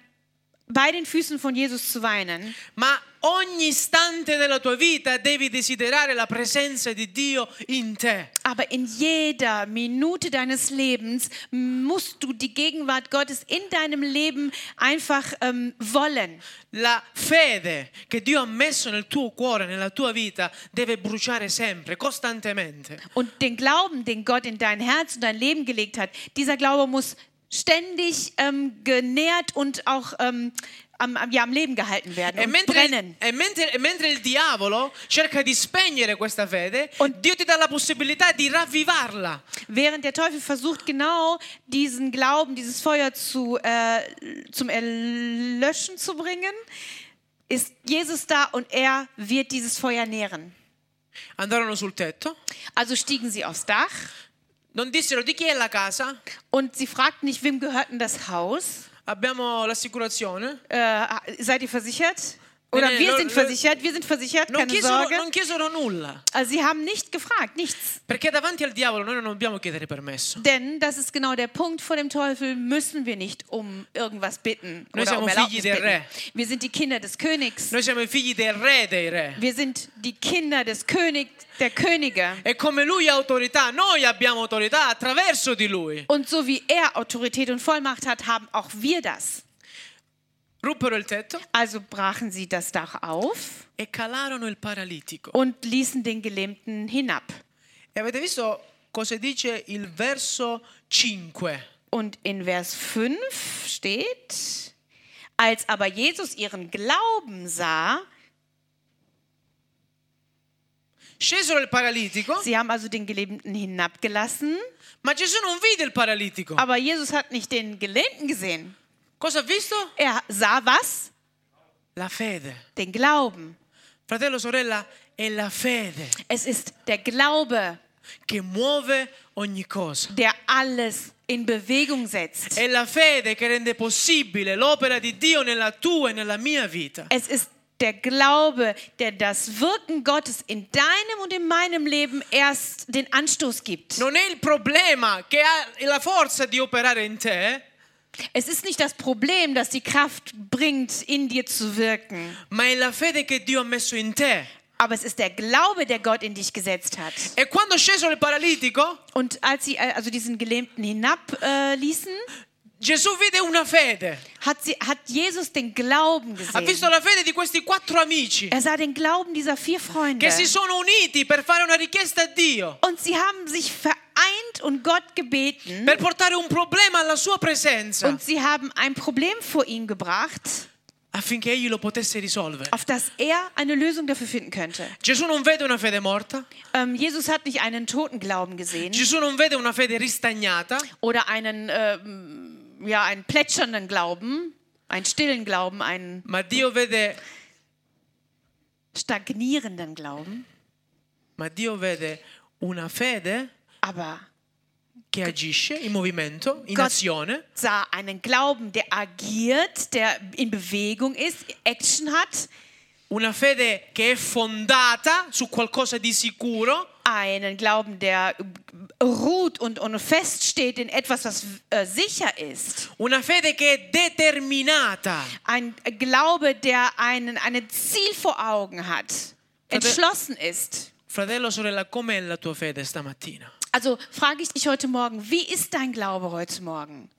B: bei den Füßen von Jesus zu weinen.
A: ma ogni istante della tua vita devi desiderare la presenza di Dio in te.
B: Aber in jeder Minute deines Lebens musst du die Gegenwart Gottes in deinem Leben einfach ähm, wollen.
A: La fede che Dio ha messo nel tuo cuore, nella tua vita, deve bruciare sempre, costantemente.
B: Und den Glauben, den Gott in dein Herz und dein Leben gelegt hat, dieser Glaube muss ständig ähm, genährt und auch ähm, am, am, ja, am Leben gehalten werden
A: E
B: und
A: mentre,
B: brennen.
A: e mentre- e mentre il diavolo cerca di spegnere questa fede,
B: Und-
A: Dio ti dà la possibilità di ravvivarla.
B: Während der Teufel versucht, genau diesen Glauben, dieses Feuer zu, äh, zum Erlöschen zu bringen, ist Jesus da und er wird dieses Feuer nähren.
A: Andarono sul tetto,
B: Also stiegen sie aufs Dach
A: non dissero di chi è la casa,
B: und sie fragten nicht, wem gehört denn das Haus?
A: abbiamo l'assicurazione.
B: Äh, seid ihr versichert? Oder
A: Nee, nee,
B: wir
A: lo-
B: sind
A: lo-
B: versichert, wir sind versichert,
A: Non
B: keine
A: chiesero, non
B: Sorge.
A: chiesero nulla,
B: Also sie haben nicht gefragt, nichts.
A: perché davanti al diavolo noi non dobbiamo chiedere permesso.
B: Denn das ist genau der Punkt vor dem Teufel, müssen wir nicht um irgendwas bitten
A: Noi
B: oder
A: siamo
B: um
A: figli
B: Erlaubnis
A: del
B: bitten.
A: Re.
B: Wir sind die Kinder des Königs.
A: Noi siamo i figli del re dei re.
B: Wir sind die Kinder des Königs, der Könige.
A: E come lui ha autorità, noi abbiamo autorità attraverso di lui.
B: Und so wie er Autorität und Vollmacht hat, haben auch wir das.
A: Ruppero il tetto
B: Also brachen sie das Dach auf
A: e calarono il paralitico.
B: und ließen den Gelähmten hinab.
A: E avete visto cosa dice il verso 5?
B: Und in Vers 5 steht, als aber Jesus ihren Glauben sah,
A: Scesero il paralitico,
B: sie haben also den Gelähmten hinabgelassen,
A: ma Gesù non vide il paralitico.
B: aber Jesus hat nicht den Gelähmten gesehen.
A: Cosa ha visto?
B: Er sah was?
A: La fede.
B: Den Glauben.
A: Fratello, sorella, è la fede
B: Es ist der Glaube,
A: che muove ogni cosa.
B: der alles in Bewegung setzt.
A: È la fede che rende possibile l'opera di Dio nella tua e nella mia vita.
B: Es ist der Glaube, der das Wirken Gottes in deinem und in meinem Leben erst den Anstoß gibt.
A: Non è il problema che ha la forza di operare in te,
B: Es ist nicht das Problem, das die Kraft bringt, in dir zu wirken,
A: ma è la fede che Dio ha messo in te.
B: aber es ist der Glaube, der Gott in dich gesetzt hat.
A: E quando è sceso il paralitico,
B: Und als sie äh, also diesen Gelähmten hinabließen, äh, ließen,
A: Gesù vide una fede.
B: hat, sie, hat Jesus den Glauben
A: Ha visto
B: gesehen.
A: la fede di questi quattro amici
B: Er sah den Glauben dieser vier Freunde.
A: che si sono uniti per fare una richiesta a Dio,
B: Und sie haben sich vereint und Gott gebeten.
A: per portare un problema alla sua presenza,
B: Und sie haben ein Problem vor ihn gebracht.
A: affinché egli lo potesse risolvere.
B: auf dass er eine Lösung dafür finden könnte.
A: Gesù non vede una fede morta,
B: Ähm, Jesus hat nicht einen toten Glauben gesehen
A: Gesù non vede una fede ristagnata,
B: oder einen, ähm, ja, einen plätschernden Glauben, einen stillen Glauben, einen
A: ma Dio vede,
B: stagnierenden Glauben,
A: ma Dio vede una fede
B: aber
A: che agisce in movimento, in
B: Gott-
A: azione,
B: sah einen Glauben, der agiert, der in Bewegung ist, Action hat,
A: una fede che è fondata su qualcosa di sicuro,
B: einen Glauben, der ruht und, und feststeht in etwas, was äh, sicher ist.
A: una fede che è determinata.
B: Ein Glaube, der einen, ein Ziel vor Augen hat, entschlossen ist.
A: Fratello, sorella, com'è la tua fede stamattina?
B: Also frage ich dich heute Morgen, wie ist dein Glaube heute Morgen?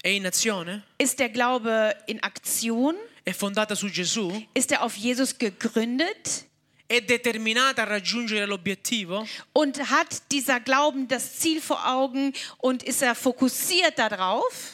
A: È in azione?
B: Ist der Glaube in Aktion?
A: È fondata su Gesù?
B: Ist er auf Jesus gegründet?
A: È determinata a raggiungere l'obiettivo?
B: Und hat dieser Glauben das Ziel vor Augen und ist er fokussiert darauf?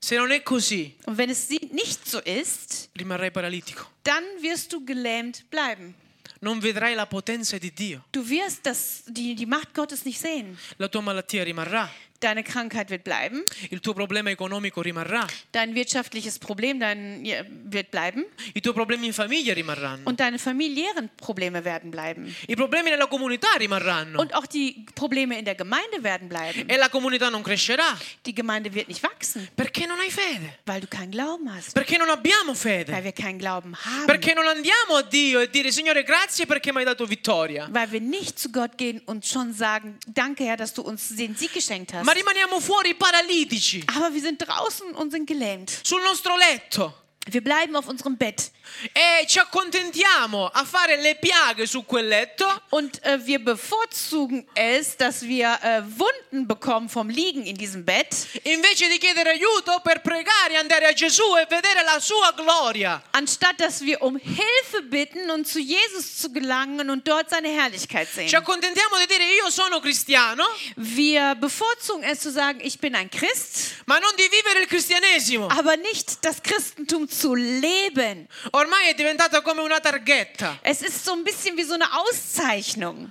A: Se non è così,
B: Und wenn es sie- nicht so ist,
A: rimarrai paralitico.
B: dann wirst du gelähmt bleiben.
A: Non vedrai la potenza di Dio.
B: Du wirst das, die, die Macht Gottes nicht sehen.
A: La tua malattia rimarrà.
B: Deine Krankheit wird bleiben,
A: Il tuo problema economico rimarrà.
B: dein wirtschaftliches Problem dein, ja, wird bleiben
A: I tuoi problemi in famiglia rimarranno.
B: und deine familiären Probleme werden bleiben.
A: I problemi nella comunità rimarranno.
B: Und auch die Probleme in der Gemeinde werden bleiben.
A: E la comunità non crescerà.
B: Die Gemeinde wird nicht wachsen,
A: Perché non hai fede?
B: weil du keinen Glauben hast.
A: Perché non abbiamo
B: Weil
A: fede?
B: wir keinen Glauben haben.
A: Perché non andiamo a Dio e dire Signore grazie perché mi hai dato vittoria.
B: Weil wir nicht zu Gott gehen und schon sagen, danke Herr, dass du uns den Sieg geschenkt hast.
A: Ma rimaniamo fuori paralitici,
B: Aber wir sind draußen und sind gelähmt.
A: sul nostro letto.
B: Wir bleiben auf unserem Bett.
A: E ci accontentiamo a fare le piaghe su quel letto
B: Und äh, wir bevorzugen es, dass wir äh, Wunden bekommen vom Liegen in diesem Bett,
A: invece di chiedere aiuto per pregare, andare a Gesù e vedere la sua gloria.
B: anstatt dass wir um Hilfe bitten und zu Jesus zu gelangen und dort seine Herrlichkeit sehen.
A: Ci accontentiamo di dire io sono cristiano,
B: Wir bevorzugen es zu sagen, ich bin ein Christ,
A: ma non di vivere il cristianesimo.
B: aber nicht das Christentum zu leben.
A: Ormai è diventata come una targhetta.
B: Es ist so ein bisschen wie so eine Auszeichnung.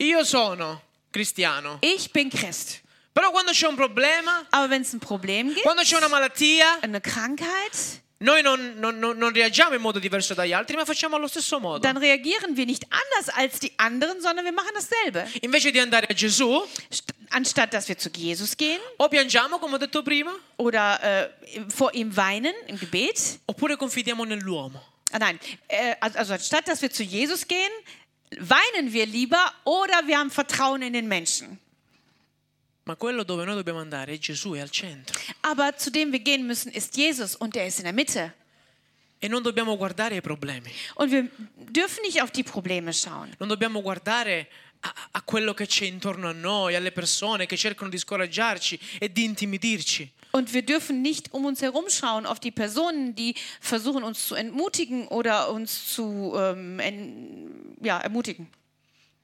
A: Io sono cristiano.
B: Ich bin Christ.
A: Però quando c'è un problema,
B: Aber wenn es ein Problem gibt,
A: quando c'è una malattia,
B: eine Krankheit,
A: Noi non, non- non- non reagiamo in modo diverso dagli altri, ma facciamo allo stesso modo.
B: dann reagieren wir nicht anders als die anderen, sondern wir machen dasselbe.
A: Invece di andare a Gesù,
B: St- Anstatt dass wir zu Jesus gehen
A: o piangiamo, come ho detto prima,
B: oder äh, vor ihm weinen im Gebet,
A: oppure confidiamo nell'uomo.
B: ah, nein, äh, also, also anstatt dass wir zu Jesus gehen, weinen wir lieber oder wir haben Vertrauen in den Menschen.
A: Ma quello dove noi dobbiamo andare è Gesù, è al centro.
B: Aber zu dem wir gehen müssen, ist Jesus und er ist in der Mitte.
A: E non dobbiamo guardare ai problemi,
B: Und wir dürfen nicht auf die Probleme schauen.
A: non dobbiamo guardare a, a quello che c'è intorno a noi, alle persone che cercano di scoraggiarci e di intimidirci.
B: Und wir dürfen nicht um uns herum schauen auf die Personen, die versuchen, uns zu entmutigen oder uns zu ähm, en, ja, ermutigen.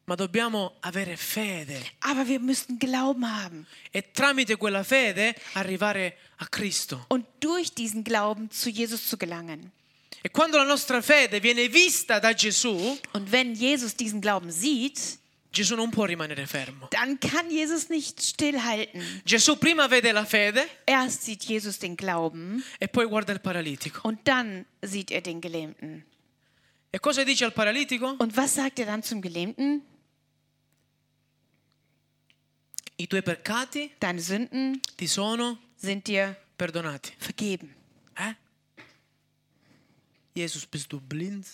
A: Ma dobbiamo avere fede
B: Aber wir müssen Glauben haben
A: e tramite quella fede arrivare a Cristo.
B: und durch diesen Glauben zu Jesus zu gelangen.
A: E quando la nostra fede viene vista da Gesù,
B: Und wenn Jesus diesen Glauben sieht,
A: Gesù non può rimanere fermo.
B: dann kann Jesus nicht stillhalten.
A: Gesù prima vede la fede
B: Erst sieht Jesus den Glauben
A: e poi guarda il paralitico.
B: und dann sieht er den Gelähmten.
A: E cosa dice al paralitico?
B: Und was sagt er dann zum Gelähmten?
A: I tuoi peccati
B: Deine Sünden
A: ti sono
B: sind dir
A: perdonati.
B: vergeben.
A: Hä? Eh? Jesus, bist du blind?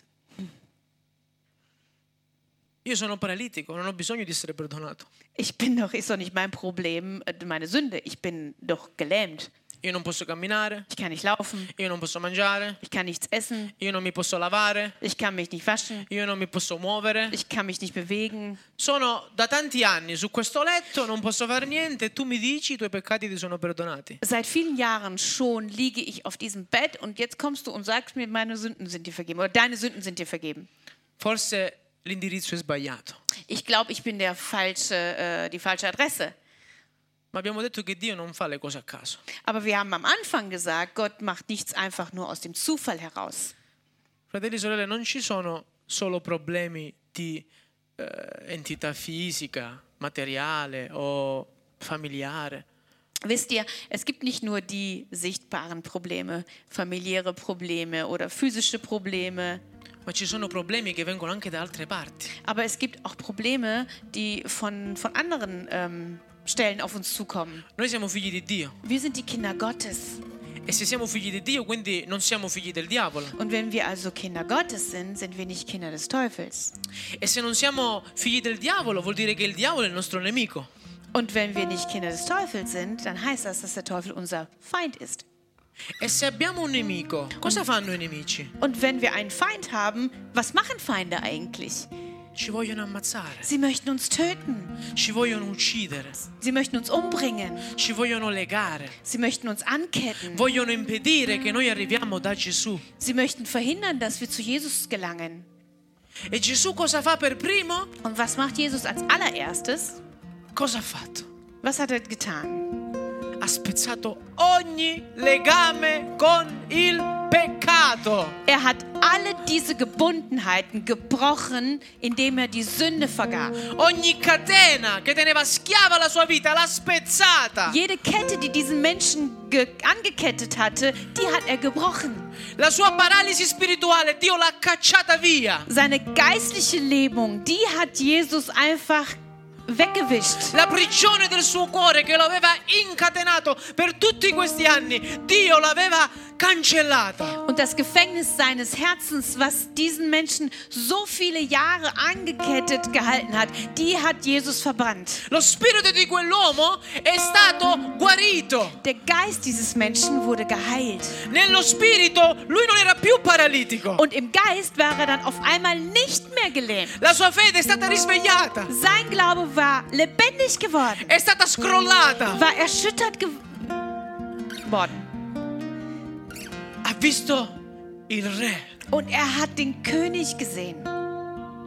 A: Io sono paralitico, non ho bisogno di essere perdonato.
B: Ich bin doch, ist doch nicht mein Problem, äh, meine Sünde. Ich bin doch gelähmt.
A: Io non posso camminare,
B: Ich kann nicht laufen,
A: io non posso mangiare,
B: ich kann nichts essen,
A: io non mi posso lavare,
B: ich kann mich nicht waschen,
A: io non mi posso muovere.
B: ich kann mich nicht bewegen.
A: Sono da tanti anni su questo letto, non posso fare niente, tu mi dici i tuoi peccati ti sono perdonati.
B: Seit vielen Jahren schon liege ich auf diesem Bett und jetzt kommst du und sagst mir, meine Sünden sind dir vergeben oder deine Sünden sind dir vergeben.
A: Forse l'indirizzo è sbagliato,
B: Ich glaube, ich bin der falsche, äh, die falsche Adresse.
A: ma abbiamo detto che Dio non fa le cose a caso.
B: Aber wir haben am Anfang gesagt, Gott macht nichts einfach nur aus dem Zufall heraus.
A: Fratelli e sorelle, non ci sono solo problemi di eh, entità fisica, materiale o familiare.
B: Wisst ihr, es gibt nicht nur die sichtbaren Probleme, familiäre Probleme oder physische Probleme,
A: Ma ci sono problemi che vengono anche da altre parti.
B: aber es gibt auch Probleme, die von, von anderen ähm, Stellen auf uns zukommen.
A: Noi siamo figli di Dio
B: Wir sind die Kinder Gottes.
A: e se siamo figli di Dio quindi non siamo figli del diavolo.
B: Und wenn wir also Kinder Gottes sind, sind wir nicht Kinder des Teufels.
A: E se non siamo figli del diavolo vuol dire che il diavolo è il nostro nemico.
B: Und wenn wir nicht Kinder des Teufels sind, dann heißt das, dass der Teufel unser Feind ist.
A: E se abbiamo un nemico, cosa fanno i nemici?
B: Und wenn wir einen Feind haben, was machen Feinde eigentlich?
A: Ci vogliono ammazzare,
B: Sie möchten uns töten.
A: ci vogliono uccidere,
B: Sie möchten uns umbringen.
A: ci vogliono legare,
B: Sie möchten uns anketten.
A: vogliono impedire che noi arriviamo da Gesù.
B: Sie möchten verhindern, dass wir zu Jesus gelangen.
A: E Gesù cosa fa per primo?
B: Und was macht Jesus als allererstes?
A: Cosa ha fatto?
B: Was hat er getan?
A: Ha spezzato ogni legame con il peccato.
B: Er hat alle diese Gebundenheiten gebrochen, indem er die Sünde vergab.
A: Ogni catena che teneva schiava la sua vita l'ha spezzata.
B: Jede Kette, die diesen Menschen ge- angekettet hatte, die hat er gebrochen.
A: La sua paralisi spirituale Dio l'ha cacciata via.
B: Seine geistliche Lähmung, die hat Jesus einfach weggewischt.
A: La prigione del suo cuore che lo aveva incatenato per tutti questi anni, Dio l'aveva cancellata.
B: Und das Gefängnis seines Herzens, was diesen Menschen so viele Jahre angekettet gehalten hat, die hat Jesus verbrannt.
A: Lo spirito di quell'uomo è stato guarito.
B: Der Geist dieses Menschen wurde geheilt.
A: Nello spirito lui non era più paralitico.
B: Und im Geist war er dann auf einmal nicht mehr gelähmt.
A: La sua fede è stata risvegliata.
B: Sein Glaube war lebendig geworden,
A: È stata scrollata.
B: war erschüttert geworden.
A: Ha visto il re
B: Und er hat den König gesehen.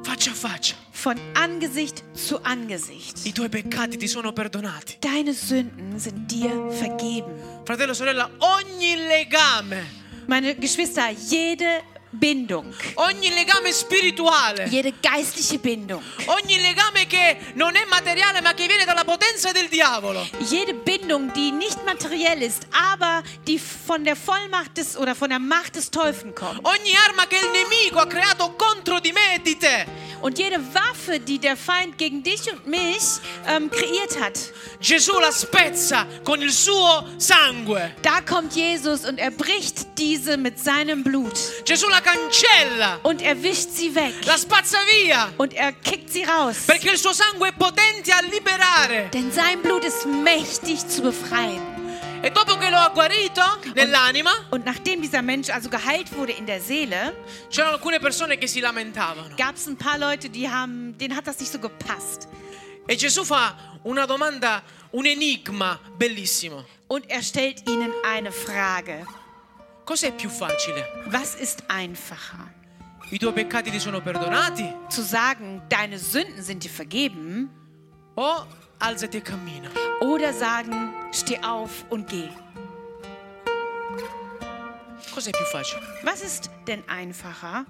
A: faccia a faccia.
B: Von Angesicht zu Angesicht.
A: I tuoi peccati ti sono perdonati.
B: Deine Sünden sind dir vergeben.
A: Fratello, sorella, ogni legame
B: Meine Geschwister, jede Bindung,
A: Ogni legame spirituale,
B: jede geistliche Bindung,
A: ogni legame che non è materiale ma che viene dalla potenza del diavolo,
B: jede Bindung, die nicht materiell ist, aber die von der Vollmacht des oder von der Macht des Teufels kommt.
A: ogni arma che il nemico ha creato contro di me e di te.
B: Und jede Waffe, die der Feind gegen dich und mich ähm, kreiert hat,
A: Gesù la spezza con il suo sangue.
B: da kommt Jesus und er bricht diese mit seinem Blut
A: Gesù la cancella,
B: und er wischt sie weg
A: la spazza via.
B: und er kickt sie raus.
A: Perché il suo sangue è potente a liberare.
B: Denn sein Blut ist mächtig zu befreien.
A: E dopo che lo ha guarito nell'anima,
B: Und nachdem dieser Mensch also geheilt wurde in der Seele,
A: c'erano alcune persone che si lamentavano.
B: gab es ein paar Leute, die haben, denen hat das nicht so gepasst.
A: E Gesù fa una domanda, un enigma bellissimo.
B: Und er stellt ihnen eine Frage.
A: Cos'è più facile?
B: Was ist einfacher?
A: I tuoi peccati ti sono perdonati
B: Zu sagen, deine Sünden sind dir vergeben
A: o alzati e cammina?
B: oder sagen, steh auf und geh.
A: Cos'è più facile?
B: Was ist denn einfacher?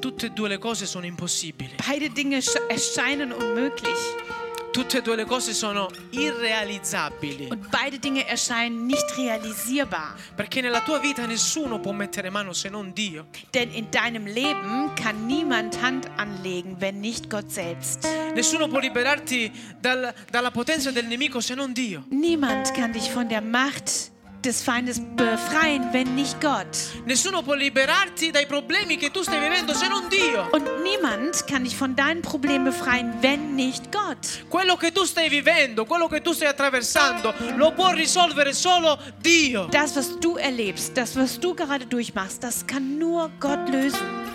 A: Tutte e due le cose sono impossibili.
B: Beide Dinge sch- erscheinen unmöglich
A: Tutte e due le cose sono irrealizzabili.
B: und beide Dinge erscheinen nicht realisierbar.
A: Perché nella tua vita nessuno può mettere mano se non Dio.
B: Denn in deinem Leben kann niemand Hand anlegen, wenn nicht Gott selbst.
A: Nessuno può liberarti dal- dalla potenza del nemico se non Dio.
B: Niemand kann dich von der Macht des Feindes befreien, wenn nicht Gott.
A: Nessuno può liberarti dai problemi che tu stai vivendo se non Dio.
B: Und niemand kann dich von deinen Problemen befreien, wenn nicht Gott.
A: Quello che tu stai vivendo, quello che tu stai attraversando, lo può risolvere solo Dio.
B: Das, was du erlebst, das, was du gerade durchmachst, das kann nur Gott lösen.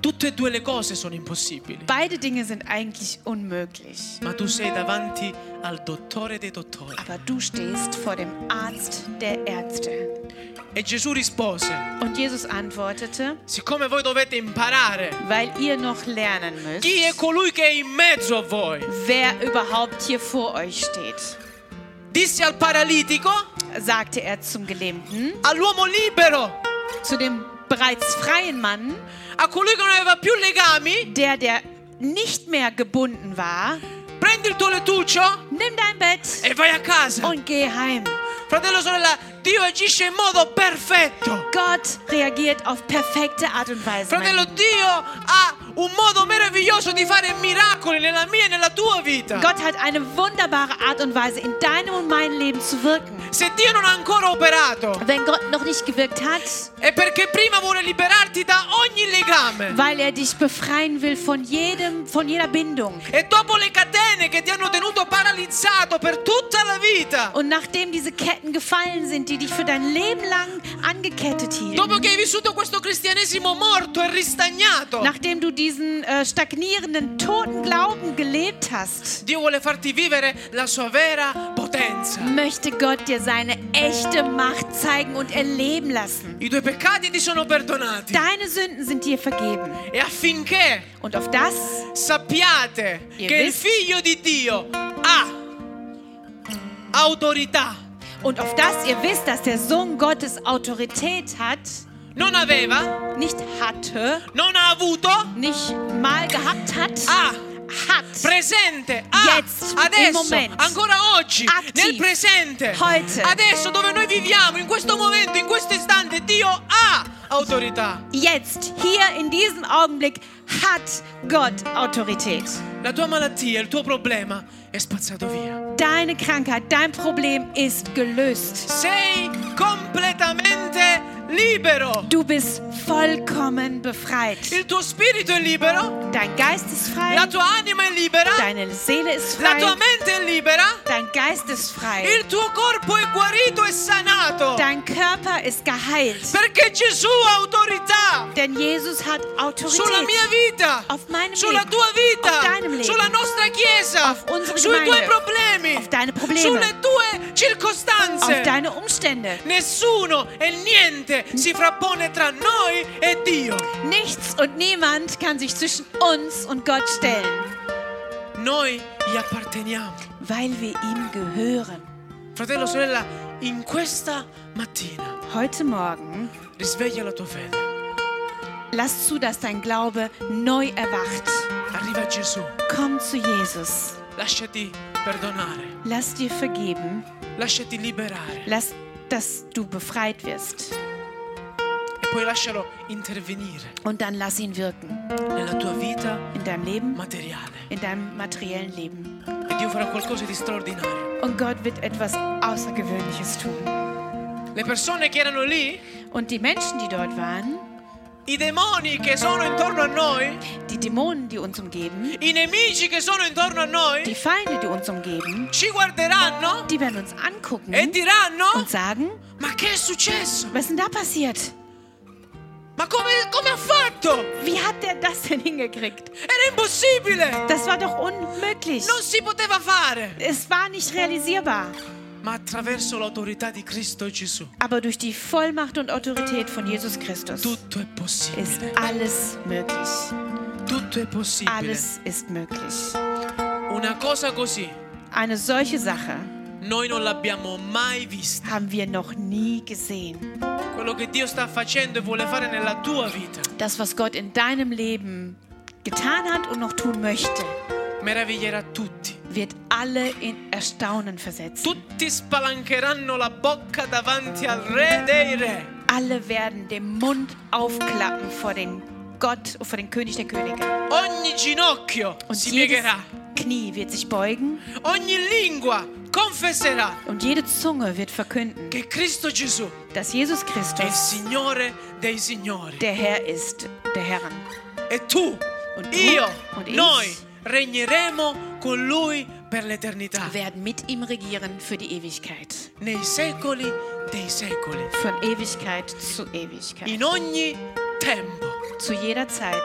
A: Tutte e due le cose sono impossibili.
B: Beide Dinge sind eigentlich unmöglich.
A: Ma tu sei davanti al dottore dei dottori.
B: Aber du stehst vor dem Arzt der Ärzte.
A: E Gesù rispose,
B: Und Jesus antwortete,
A: siccome voi dovete imparare
B: weil ihr noch lernen müsst.
A: chi è colui che è in mezzo a voi,
B: wer überhaupt hier vor euch steht,
A: disse al paralitico,
B: sagte er zum Gelähmten,
A: all'uomo libero,
B: zu dem bereits freien Mann,
A: a colui che non aveva più legami,
B: der, der nicht mehr gebunden war,
A: prendi il tuo lettuccio
B: nimm dein Bett
A: e vai a casa.
B: und geh heim.
A: Fratello, sorella, Dio agisce in modo perfetto.
B: Gott reagiert auf perfekte Art und Weise. mein
A: Fratello,
B: Lieben.
A: Dio ha un modo meraviglioso di fare miracoli nella mia e nella tua vita.
B: Gott hat eine wunderbare Art und Weise, in deinem und meinem Leben zu wirken.
A: Se Dio non ha ancora operato,
B: Wenn Gott noch nicht gewirkt hat,
A: è perché prima vuole liberarti da ogni legame.
B: weil er dich befreien will von jedem, von jeder Bindung.
A: E dopo le catene che ti hanno tenuto paralizzato per tutta la vita,
B: Und nachdem diese Ketten gefallen sind, die dich für dein Leben lang angekettet hielten,
A: dopo che hai vissuto questo cristianesimo morto e ristagnato,
B: Nachdem du diesen äh, stagnierenden, toten Glauben gelebt hast,
A: Dio vuole farti vivere la sua vera potenza.
B: möchte Gott dir seine echte Macht zeigen und erleben lassen.
A: I tuoi peccati ti sono perdonati.
B: Deine Sünden sind dir vergeben.
A: E affinché
B: Und auf das,
A: sappiate
B: Io
A: che il
B: vis-
A: figlio di Dio ha autorità.
B: und auf das ihr wisst, dass der Sohn Gottes Autorität hat,
A: Non aveva,
B: nicht hatte,
A: non ha avuto,
B: nicht mal gehabt hat,
A: Ah.
B: hat.
A: presente, ha,
B: Jetzt, il
A: adesso,
B: momento.
A: ancora oggi,
B: Active.
A: nel presente,
B: Heute.
A: adesso dove noi viviamo, in questo momento, in questo istante, Dio ha autorità.
B: Jetzt, hier in diesem Augenblick, hat Gott Autorität.
A: La tua malattia, il tuo problema è spazzato via.
B: Deine Krankheit, dein Problem ist gelöst.
A: Sei completamente libero.
B: Du bist vollkommen befreit.
A: Il tuo spirito è libero.
B: Dein Geist ist frei,
A: La tua anima è libera,
B: deine Seele ist
A: la
B: frei,
A: tua mente è libera,
B: dein Geist ist frei,
A: il tuo corpo è guarito e sanato.
B: dein Körper ist geheilt.
A: Perché Gesù ha autorità
B: Denn Jesus hat
A: sulla
B: Autorität
A: mia vita,
B: Auf meinem
A: sulla
B: Leben.
A: tua
B: Auf deinem
A: vita,
B: Leben.
A: sulla nostra chiesa,
B: Auf unsere
A: sui tuoi
B: Gemeinde.
A: problemi,
B: Auf deine Probleme.
A: sulle tue
B: auf
A: circostanze.
B: deine Umstände.
A: Nessuno e niente si frappone tra noi e Dio.
B: Nichts und niemand kann sich zwischen uns und Gott stellen,
A: Noi gli apparteniamo.
B: weil wir ihm gehören.
A: Fratello, sorella, in questa mattina
B: Heute Morgen
A: risveglia la tua fede.
B: lass zu, dass dein Glaube neu erwacht.
A: Arriva Gesù,
B: Komm zu Jesus.
A: lasciati perdonare,
B: Lass dir vergeben.
A: lasciati liberare
B: Lass, dass du befreit wirst.
A: e poi lascialo intervenire
B: Und dann lass ihn wirken.
A: nella tua vita
B: In deinem Leben,
A: materiale.
B: in deinem materiellen Leben.
A: E Dio farà qualcosa di straordinario.
B: Und Gott wird etwas Außergewöhnliches tun.
A: Le persone che erano lì,
B: Und die Menschen, die dort waren,
A: i demoni che sono intorno a noi,
B: die Dämonen, die uns umgeben,
A: i nemici che sono intorno a noi,
B: die Feinde, die uns umgeben,
A: ci guarderanno
B: die werden uns angucken
A: e diranno:
B: und sagen,
A: Ma che è successo?
B: was ist denn da passiert?
A: Ma come, come ha fatto?
B: Wie hat der das denn hingekriegt?
A: Era impossibile!
B: Das war doch unmöglich.
A: Non si poteva fare!
B: Es war nicht realisierbar.
A: Ma attraverso l'autorità di Cristo Gesù
B: Aber durch die Vollmacht und Autorität von Jesus Christus
A: tutto è
B: ist
A: possibile.
B: alles möglich.
A: Tutto è possibile.
B: Alles ist möglich.
A: Una cosa così
B: Eine solche Sache
A: noi non l'abbiamo mai vista.
B: haben wir noch nie gesehen.
A: Quello che Dio sta facendo e vuole fare nella tua vita.
B: Das, was Gott in deinem Leben getan hat und noch tun möchte,
A: meraviglierà tutti.
B: wird alle in Erstaunen versetzt.
A: Tutti spalancheranno la bocca davanti al re dei re.
B: Alle werden den Mund aufklappen vor den Gott, vor den König der Könige.
A: Ogni ginocchio
B: Und
A: si
B: jedes
A: piegherà,
B: Knie wird sich beugen
A: ogni lingua confesserà
B: und jede Zunge wird verkünden,
A: che Cristo Gesù
B: dass Jesus
A: è il
B: Christus
A: Signore dei Signori.
B: der Herr ist, der Herren.
A: E tu,
B: Und du
A: io,
B: und ich
A: noi regneremo con Lui per l'eternità,
B: werden mit ihm regieren für die Ewigkeit.
A: nei secoli dei secoli,
B: Von Ewigkeit zu
A: in
B: Ewigkeit.
A: ogni tempo.
B: Zu jeder Zeit.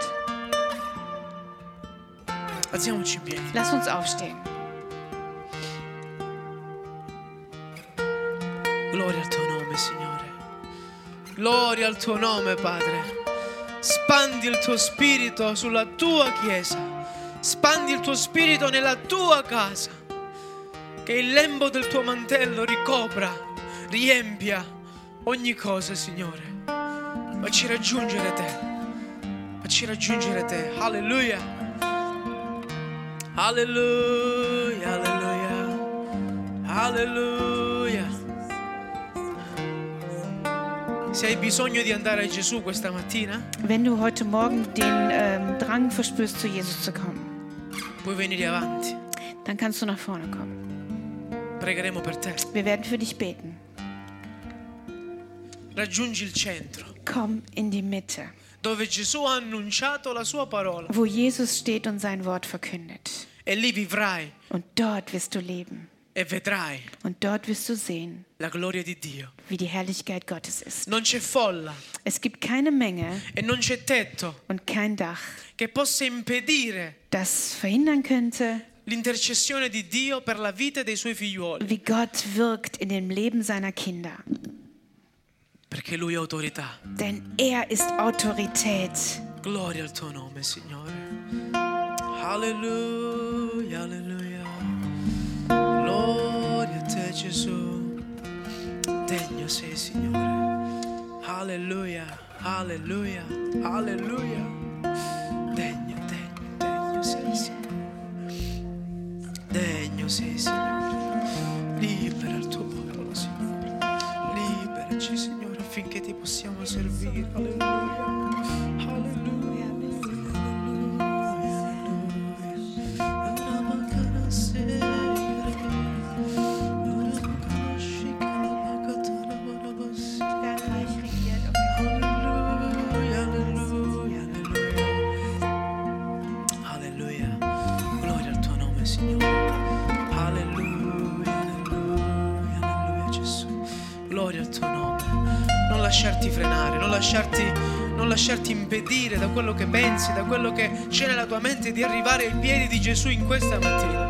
A: Alziamoci in piedi.
B: Lass uns aufstehen.
A: Gloria al tuo nome, Signore. Gloria al tuo nome, Padre. Spandi il tuo spirito sulla tua chiesa. Spandi il tuo spirito nella tua casa. Che il lembo del tuo mantello ricopra, riempia ogni cosa, Signore. Facci raggiungere te. Facci raggiungere te. Alleluia. Alleluia, alleluia. Alleluia. Se hai bisogno di andare a Gesù questa mattina,
B: Wenn du heute Morgen den ähm, Drang verspürst, zu Jesus zu kommen,
A: puoi venire avanti.
B: dann kannst du nach vorne kommen.
A: Pregheremo per te.
B: Wir werden für dich beten.
A: Raggiungi il centro,
B: Komm in die Mitte,
A: dove Gesù ha annunciato la sua parola.
B: wo Jesus steht und sein Wort verkündet.
A: E lì vivrai
B: Und dort wirst du leben.
A: e vedrai
B: Und dort wirst du sehen,
A: la gloria di Dio.
B: wie die Herrlichkeit Gottes ist.
A: Non c'è folla
B: Es gibt keine Menge
A: e non c'è tetto
B: und kein Dach,
A: che possa impedire
B: das verhindern könnte,
A: l'intercessione di Dio per la vita dei suoi figliuoli.
B: wie Gott wirkt in dem Leben seiner Kinder.
A: Perché Lui ha autorità.
B: Denn er ist Autorität.
A: Gloria al tuo nome, Signore. Alleluia, alleluia. Gloria a te, Gesù. Degno sei, Signore. Alleluia, alleluia, alleluia. Degno, degno, degno sei, Signore. Degno sei, Signore. Libera il tuo popolo, Signore. Liberaci, Signore, affinché ti possiamo servire. Alleluia. Alleluia, alleluia, alleluia. sei, Alleluia, alleluia, alleluia. Alleluia. Gloria al tuo nome, Signore. Alleluia, alleluia, alleluia, Gesù. Gloria al tuo nome. Non lasciarti frenare, non lasciarti, non lasciarti impedire da quello che pensi, da quello che c'è nella tua mente di arrivare ai piedi di Gesù in questa mattina.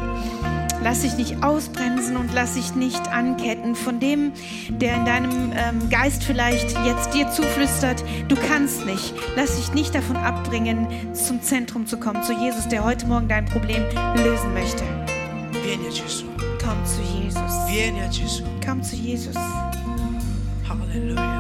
B: Lass dich nicht ausbremsen und lass dich nicht anketten von dem, der in deinem ähm, Geist vielleicht jetzt dir zuflüstert, du kannst nicht. Lass dich nicht davon abbringen, zum Zentrum zu kommen, zu Jesus, der heute Morgen dein Problem lösen möchte.
A: Vieni a Gesù.
B: Komm zu Jesus.
A: Vieni a Gesù.
B: Komm zu Jesus.
A: Alleluia.